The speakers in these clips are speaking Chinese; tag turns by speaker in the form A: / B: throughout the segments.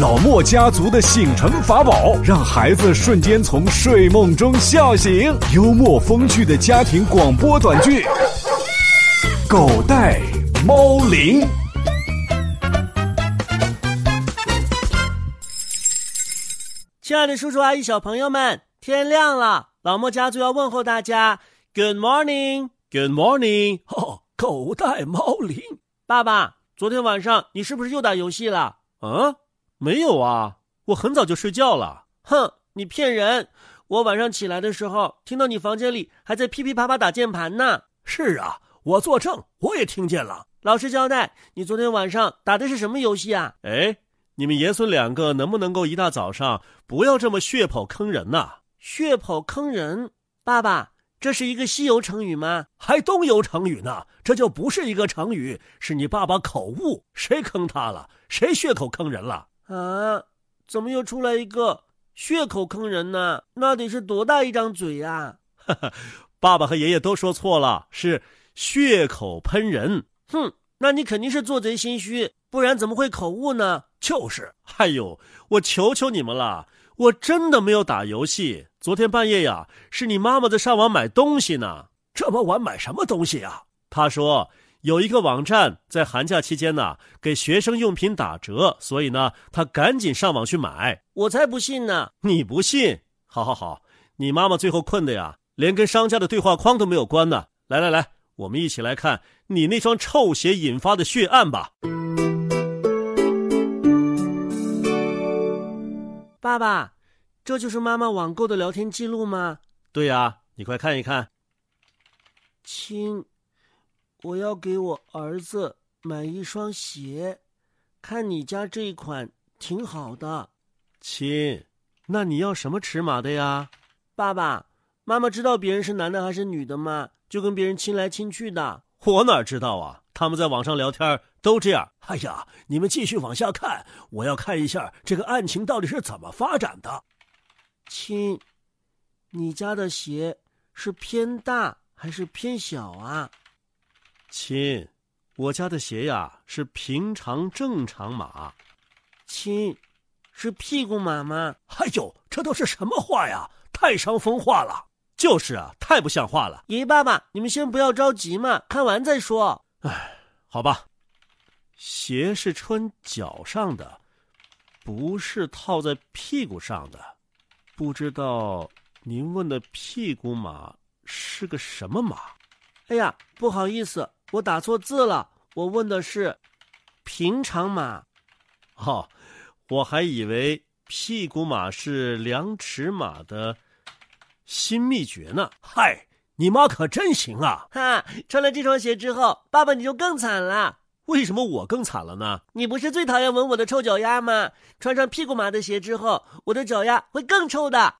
A: 老莫家族的醒神法宝，让孩子瞬间从睡梦中笑醒。幽默风趣的家庭广播短剧，《狗带猫铃》。
B: 亲爱的叔叔阿姨、小朋友们，天亮了，老莫家族要问候大家。Good morning，Good
C: morning。哦，狗带猫铃。
B: 爸爸，昨天晚上你是不是又打游戏了？
C: 啊，没有啊，我很早就睡觉了。
B: 哼，你骗人！我晚上起来的时候，听到你房间里还在噼噼啪啪打键盘呢。
C: 是啊，我作证，我也听见了。
B: 老实交代，你昨天晚上打的是什么游戏啊？
C: 哎。你们爷孙两个能不能够一大早上不要这么血口坑人呐、啊？
B: 血口坑人，爸爸，这是一个西游成语吗？
C: 还东游成语呢？这就不是一个成语，是你爸爸口误。谁坑他了？谁血口坑人了？
B: 啊？怎么又出来一个血口坑人呢？那得是多大一张嘴呀、
C: 啊！ 爸爸和爷爷都说错了，是血口喷人。
B: 哼，那你肯定是做贼心虚，不然怎么会口误呢？
C: 就是，哎呦，我求求你们了，我真的没有打游戏。昨天半夜呀，是你妈妈在上网买东西呢。
D: 这么晚买什么东西呀、啊？
C: 她说有一个网站在寒假期间呢给学生用品打折，所以呢她赶紧上网去买。
B: 我才不信呢！
C: 你不信？好好好，你妈妈最后困的呀，连跟商家的对话框都没有关呢。来来来，我们一起来看你那双臭鞋引发的血案吧。
B: 爸爸，这就是妈妈网购的聊天记录吗？
C: 对呀、啊，你快看一看。
B: 亲，我要给我儿子买一双鞋，看你家这一款挺好的。
C: 亲，那你要什么尺码的呀？
B: 爸爸妈妈知道别人是男的还是女的吗？就跟别人亲来亲去的。
C: 我哪知道啊？他们在网上聊天都这样。
D: 哎呀，你们继续往下看，我要看一下这个案情到底是怎么发展的。
B: 亲，你家的鞋是偏大还是偏小啊？
C: 亲，我家的鞋呀是平常正常码。
B: 亲，是屁股码吗？
D: 哎呦，这都是什么话呀？太伤风化了。
C: 就是啊，太不像话了！
B: 爷爷、爸爸，你们先不要着急嘛，看完再说。
C: 唉，好吧。鞋是穿脚上的，不是套在屁股上的。不知道您问的屁股码是个什么码？
B: 哎呀，不好意思，我打错字了。我问的是平常码。
C: 哦，我还以为屁股码是量尺码的。新秘诀呢？
D: 嗨，你妈可真行啊！
B: 哈，穿了这双鞋之后，爸爸你就更惨了。
C: 为什么我更惨了呢？
B: 你不是最讨厌闻我的臭脚丫吗？穿上屁股麻的鞋之后，我的脚丫会更臭的。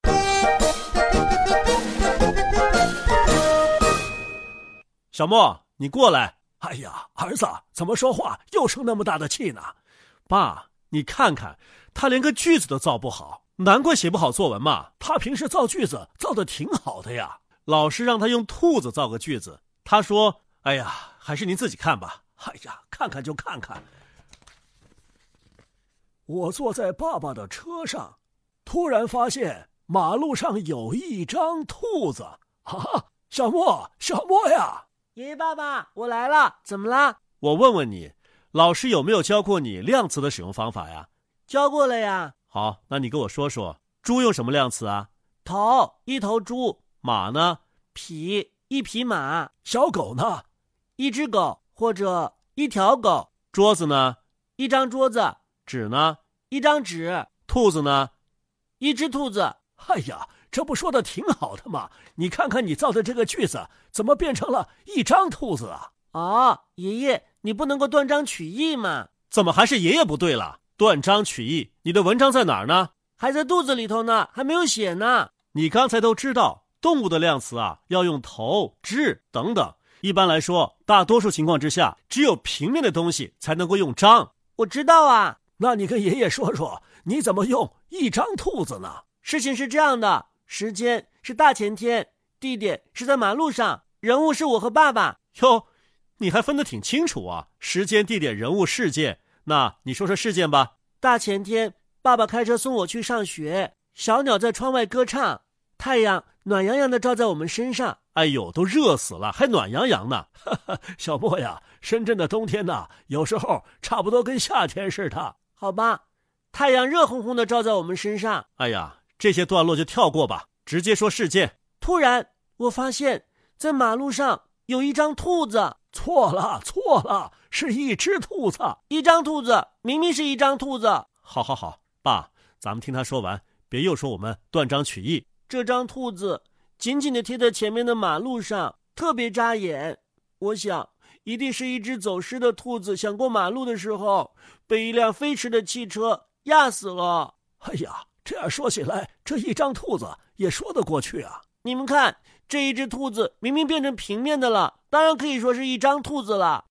C: 小莫，你过来。
D: 哎呀，儿子怎么说话又生那么大的气呢？
C: 爸，你看看，他连个句子都造不好。难怪写不好作文嘛！
D: 他平时造句子造的挺好的呀。
C: 老师让他用兔子造个句子，他说：“哎呀，还是您自己看吧。”
D: 哎呀，看看就看看。我坐在爸爸的车上，突然发现马路上有一张兔子啊！小莫，小莫呀！
B: 爷爷，爸爸，我来了，怎么啦？
C: 我问问你，老师有没有教过你量词的使用方法呀？
B: 教过了呀。
C: 好，那你给我说说，猪用什么量词啊？
B: 头一头猪。
C: 马呢？
B: 匹一匹马。
D: 小狗呢？
B: 一只狗或者一条狗。
C: 桌子呢？
B: 一张桌子。
C: 纸呢？
B: 一张纸。
C: 兔子呢？
B: 一只兔子。
D: 哎呀，这不说的挺好的吗？你看看你造的这个句子，怎么变成了一张兔子啊？
B: 哦，爷爷，你不能够断章取义嘛？
C: 怎么还是爷爷不对了？断章取义，你的文章在哪儿呢？
B: 还在肚子里头呢，还没有写呢。
C: 你刚才都知道，动物的量词啊要用头、肢等等。一般来说，大多数情况之下，只有平面的东西才能够用张。
B: 我知道啊，
D: 那你跟爷爷说说，你怎么用一张兔子呢？
B: 事情是这样的，时间是大前天，地点是在马路上，人物是我和爸爸。
C: 哟，你还分得挺清楚啊，时间、地点、人物、事件。那你说说事件吧。
B: 大前天，
C: 爸爸开车送我去上学，小鸟在窗外歌唱，太阳暖洋洋的照在我们身上。
E: 哎呦，都热死了，还暖洋洋呢。
D: 小莫呀，深圳的冬天呐、有时候差不多跟夏天似的。
C: 好吧，太阳热烘烘的照在我们身上。
E: 哎呀，这些段落就跳过吧，直接说事件。
C: 突然，我发现，在马路上有一张兔子，
D: 错了，错了，是一只兔子。
C: 一张兔子，明明是一张兔子。
E: 好好好，爸，咱们听他说完，别又说我们断章取义。
C: 这张兔子紧紧地贴在前面的马路上，特别扎眼。我想，一定是一只走失的兔子想过马路的时候，被一辆飞驰的汽车压死了。
D: 哎呀，这样说起来，这一张兔子也说得过去啊。
C: 你们看，这一只兔子明明变成平面的了，当然可以说是一张兔子了。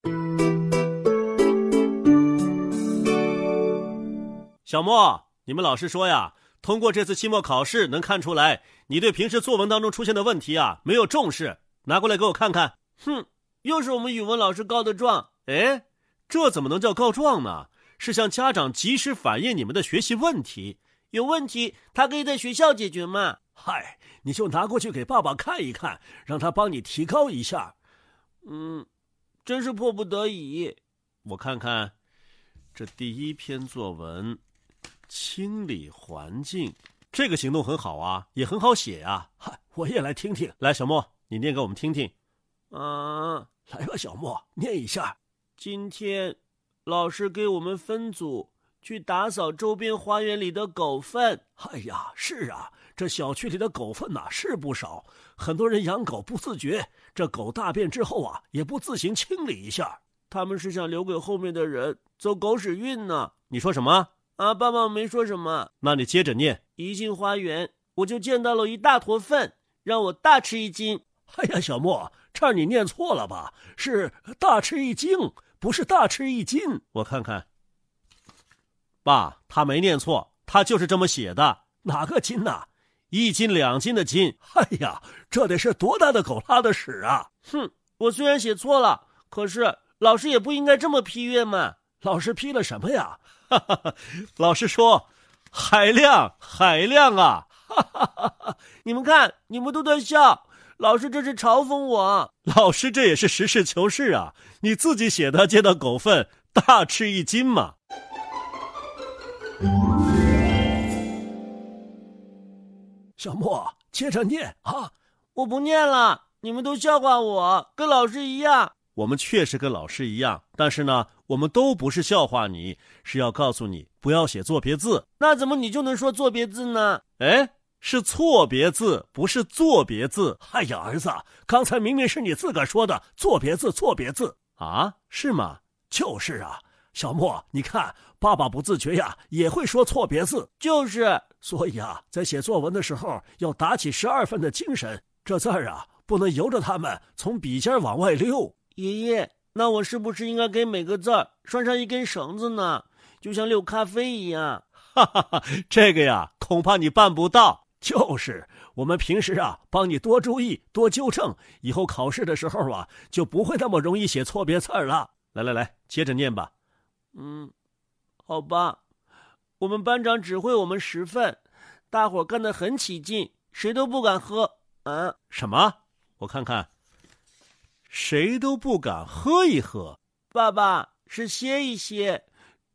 E: 小莫，你们老师说呀，通过这次期末考试能看出来，你对平时作文当中出现的问题啊没有重视。拿过来给我看看。
C: 哼，又是我们语文老师告的状。
E: 哎，这怎么能叫告状呢？是向家长及时反映你们的学习问题。
C: 有问题，他可以在学校解决嘛？
D: 嗨，你就拿过去给爸爸看一看，让他帮你提高一下。
C: 嗯，真是迫不得已。
E: 我看看，这第一篇作文，清理环境，这个行动很好啊，也很好写啊。
D: 嗨，我也来听听。
E: 来，小莫，你念给我们听听。
C: 啊，
D: 来吧，小莫，念一下。
C: 今天老师给我们分组去打扫周边花园里的狗粪。
D: 哎呀，是啊，这小区里的狗粪呐、是不少，很多人养狗不自觉，这狗大便之后啊也不自行清理一下。
C: 他们是想留给后面的人走狗屎运呢。
E: 你说什么？
C: 啊，爸爸没说什么。
E: 那你接着念。
C: 一进花园，我就见到了一大坨粪，让我大吃一惊。
D: 哎呀，小莫，这儿你念错了吧？是大吃一惊，不是大吃一惊。
E: 我看看。爸，他没念错，他就是这么写的，
D: 哪个惊呐、
E: 一斤两斤的斤。
D: 哎呀，这得是多大的狗拉的屎啊！
C: 哼，我虽然写错了，可是老师也不应该这么批阅嘛。
D: 老师批了什么 呀？
E: 老师说，海量，海量 啊！
C: 你们看，你们都在笑，老师这是嘲讽我。
E: 老师这也是实事求是啊，你自己写的，见到狗粪大吃一惊嘛。
D: 小莫，接着念啊！
C: 我不念了，你们都笑话我，跟老师一样。
E: 我们确实跟老师一样，但是呢，我们都不是笑话你，是要告诉你不要写错别字。
C: 那怎么你就能说错别字呢？
E: 哎，是错别字，不是作别字
D: 哎呀，儿子，刚才明明是你自个儿说的“错别字，错别字
E: 啊？是吗？”，
D: 就是啊。小莫，你看，爸爸不自觉呀，也会说错别字，
C: 就是
D: 所以啊，在写作文的时候要打起十二分的精神，这字儿啊，不能由着他们从笔尖儿往外溜。
C: 爷爷，那我是不是应该给每个字儿拴上一根绳子呢？就像遛咖啡一 样。
E: 哈哈哈，这个呀，恐怕你办不到。
D: 就是我们平时啊，帮你多注意、多纠正，以后考试的时候啊，就不会那么容易写错别字儿了。
E: 来来来，接着念吧。
C: 嗯，好吧，我们班长指挥我们十份，大伙儿干得很起劲，谁都不敢喝。啊，
E: 什么？我看看，谁都不敢喝一喝。
C: 爸爸是歇一歇，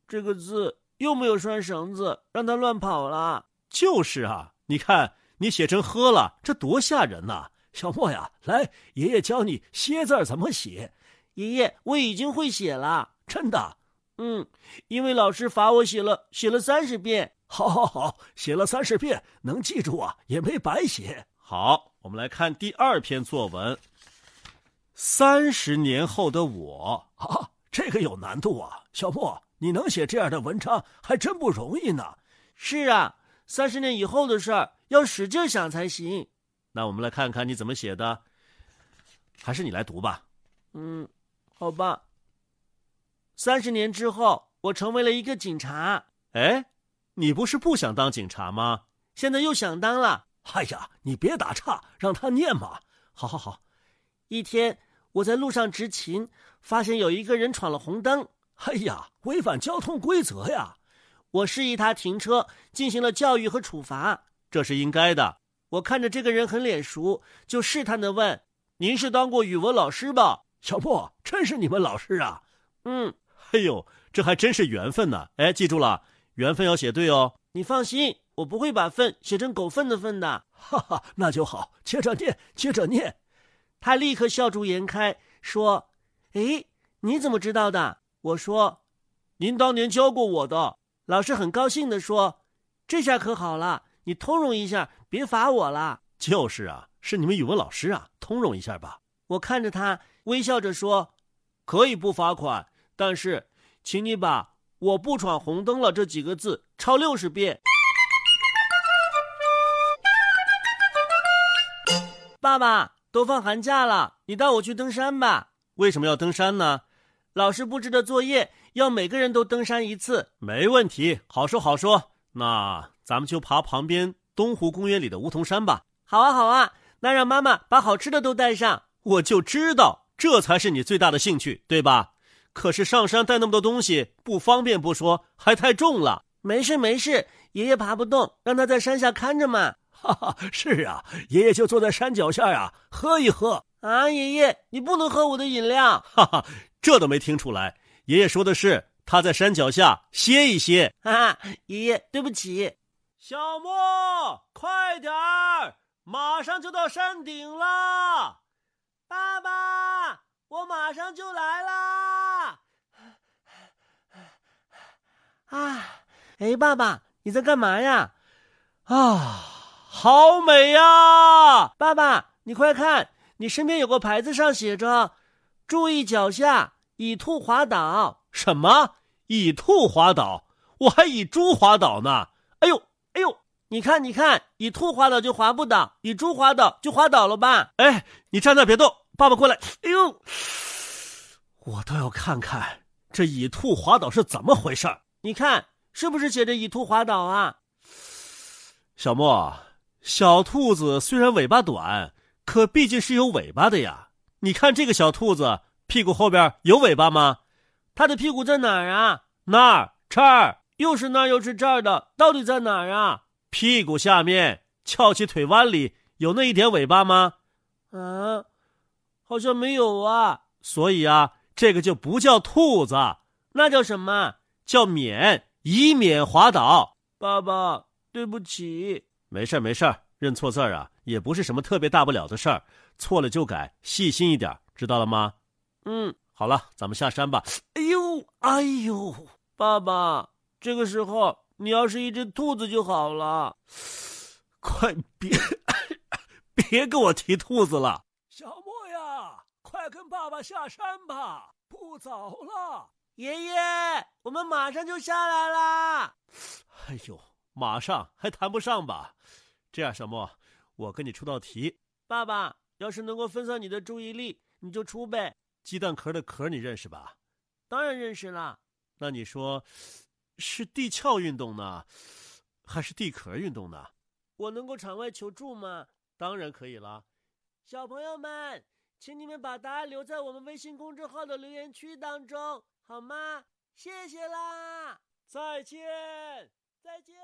C: 这个字又没有拴绳子，让它乱跑了。
E: 就是啊，你看你写成喝了，这多吓人呐、
D: 小莫呀，来，爷爷教你“歇”字儿怎么写。
C: 爷爷，我已经会写了。
D: 真的，
C: 嗯，因为老师罚我写了写了三十遍。
D: 好好好，写了三十遍，能记住啊，也没白写。
E: 好，我们来看第二篇作文。三十年后的我，
D: 啊，这个有难度啊，小莫，你能写这样的文章还真不容易呢。
C: 是啊，三十年以后的事儿要使劲想才行。
E: 那我们来看看你怎么写的，还是你来读吧。
C: 嗯，好吧。三十年之后，我成为了一个警察，
E: 哎，你不是不想当警察吗？
C: 现在又想当了。
D: 哎呀，你别打岔，让他念嘛。好好好，
C: 一天，我在路上执勤，发现有一个人闯了红灯，
D: 哎呀，违反交通规则呀！
C: 我示意他停车，进行了教育和处罚，这是应该的。我看着这个人很脸熟，就试探的问：“您是当过语文老师吧
D: 小莫，真是你们老师啊！？”
C: 嗯，
E: 哎呦，这还真是缘分呢、哎，记住了，缘分要写对哦。
C: 你放心，我不会把“粪”写成狗粪的“粪”的。
D: 哈哈，那就好，接着念，接着念。
C: 他立刻笑逐颜开，说：“诶，你怎么知道的？”我说：“您当年教过我的。”老师很高兴地说：“这下可好了，你通融一下，别罚我了。
E: 就是啊，是你们语文老师啊，通融一下吧。”
C: 我看着他，微笑着说：“可以不罚款，但是，请你把‘我不闯红灯了’这几个字抄六十遍。”爸爸，都放寒假了，你带我去登山吧。
E: 为什么要登山呢？
C: 老师布置的作业要每个人都登山一次。
E: 没问题，好说好说。那咱们就爬旁边东湖公园里的梧桐山吧。
C: 好啊，好啊，那让妈妈把好吃的都带上。
E: 我就知道这才是你最大的兴趣，对吧？可是上山带那么多东西不方便不说，还太重了。
C: 没事没事，爷爷爬不动，让他在山下看着嘛。
D: 哈哈，是啊，爷爷就坐在山脚下呀、喝一喝。
C: 啊，爷爷，你不能喝我的饮料。
E: 哈哈，这都没听出来。爷爷说的是他在山脚下歇一歇。
C: 啊，爷爷，对不起。
E: 小莫，快点儿，马上就到山顶啦！
C: 爸爸，我马上就来啦！啊，哎，爸爸，你在干嘛呀？
E: 啊，好美呀！
C: 爸爸，你快看，你身边有个牌子上写着“注意脚下，以兔滑倒
E: 什么？以兔滑倒？我还以猪滑倒呢！哎呦，”。
C: 哎呦，你看，你看，以兔滑倒就滑不倒，以猪滑倒就滑倒了吧？
E: 哎，你站那别动，爸爸过来。
C: 哎呦，
E: 我倒要看看这以兔滑倒是怎么回事儿。
C: 你看，是不是写着“以兔滑倒”啊？
E: 小莫，小兔子虽然尾巴短，可毕竟是有尾巴的呀。你看这个小兔子屁股后边有尾巴吗？
C: 它的屁股在哪儿啊？
E: 那儿、这儿，
C: 又是那儿又是这儿的，到底在哪儿啊？
E: 屁股下面翘起腿弯里有那一点尾巴吗？
C: 啊，好像没有啊。
E: 所以啊，这个就不叫兔子，
C: 那叫什么？
E: 叫免，以免滑倒。
C: 爸爸，对不起。
E: 没事儿，没事儿，认错字儿啊，也不是什么特别大不了的事儿，错了就改，细心一点儿，知道了吗？
C: 嗯，
E: 好了，咱们下山吧。
D: 哎呦，哎呦，
C: 爸爸，这个时候你要是一只兔子就好了。
E: 快别别跟我提兔子了，
D: 小莫呀，快跟爸爸下山吧，不早了。
C: 爷爷，我们马上就下来啦。
E: 哎呦，马上还谈不上吧？这样，小莫，我跟你出道题，
C: 爸爸，要是能够分散你的注意力，你就出呗。
E: 鸡蛋壳的壳你认识吧？
C: 当然认识啦。
E: 那你说是地壳运动呢，还是地壳运动呢？
C: 我能够场外求助吗？
E: 当然可以啦。
C: 小朋友们，请你们把答案留在我们微信公众号的留言区当中，好吗？谢谢啦，
E: 再见。
C: 再见。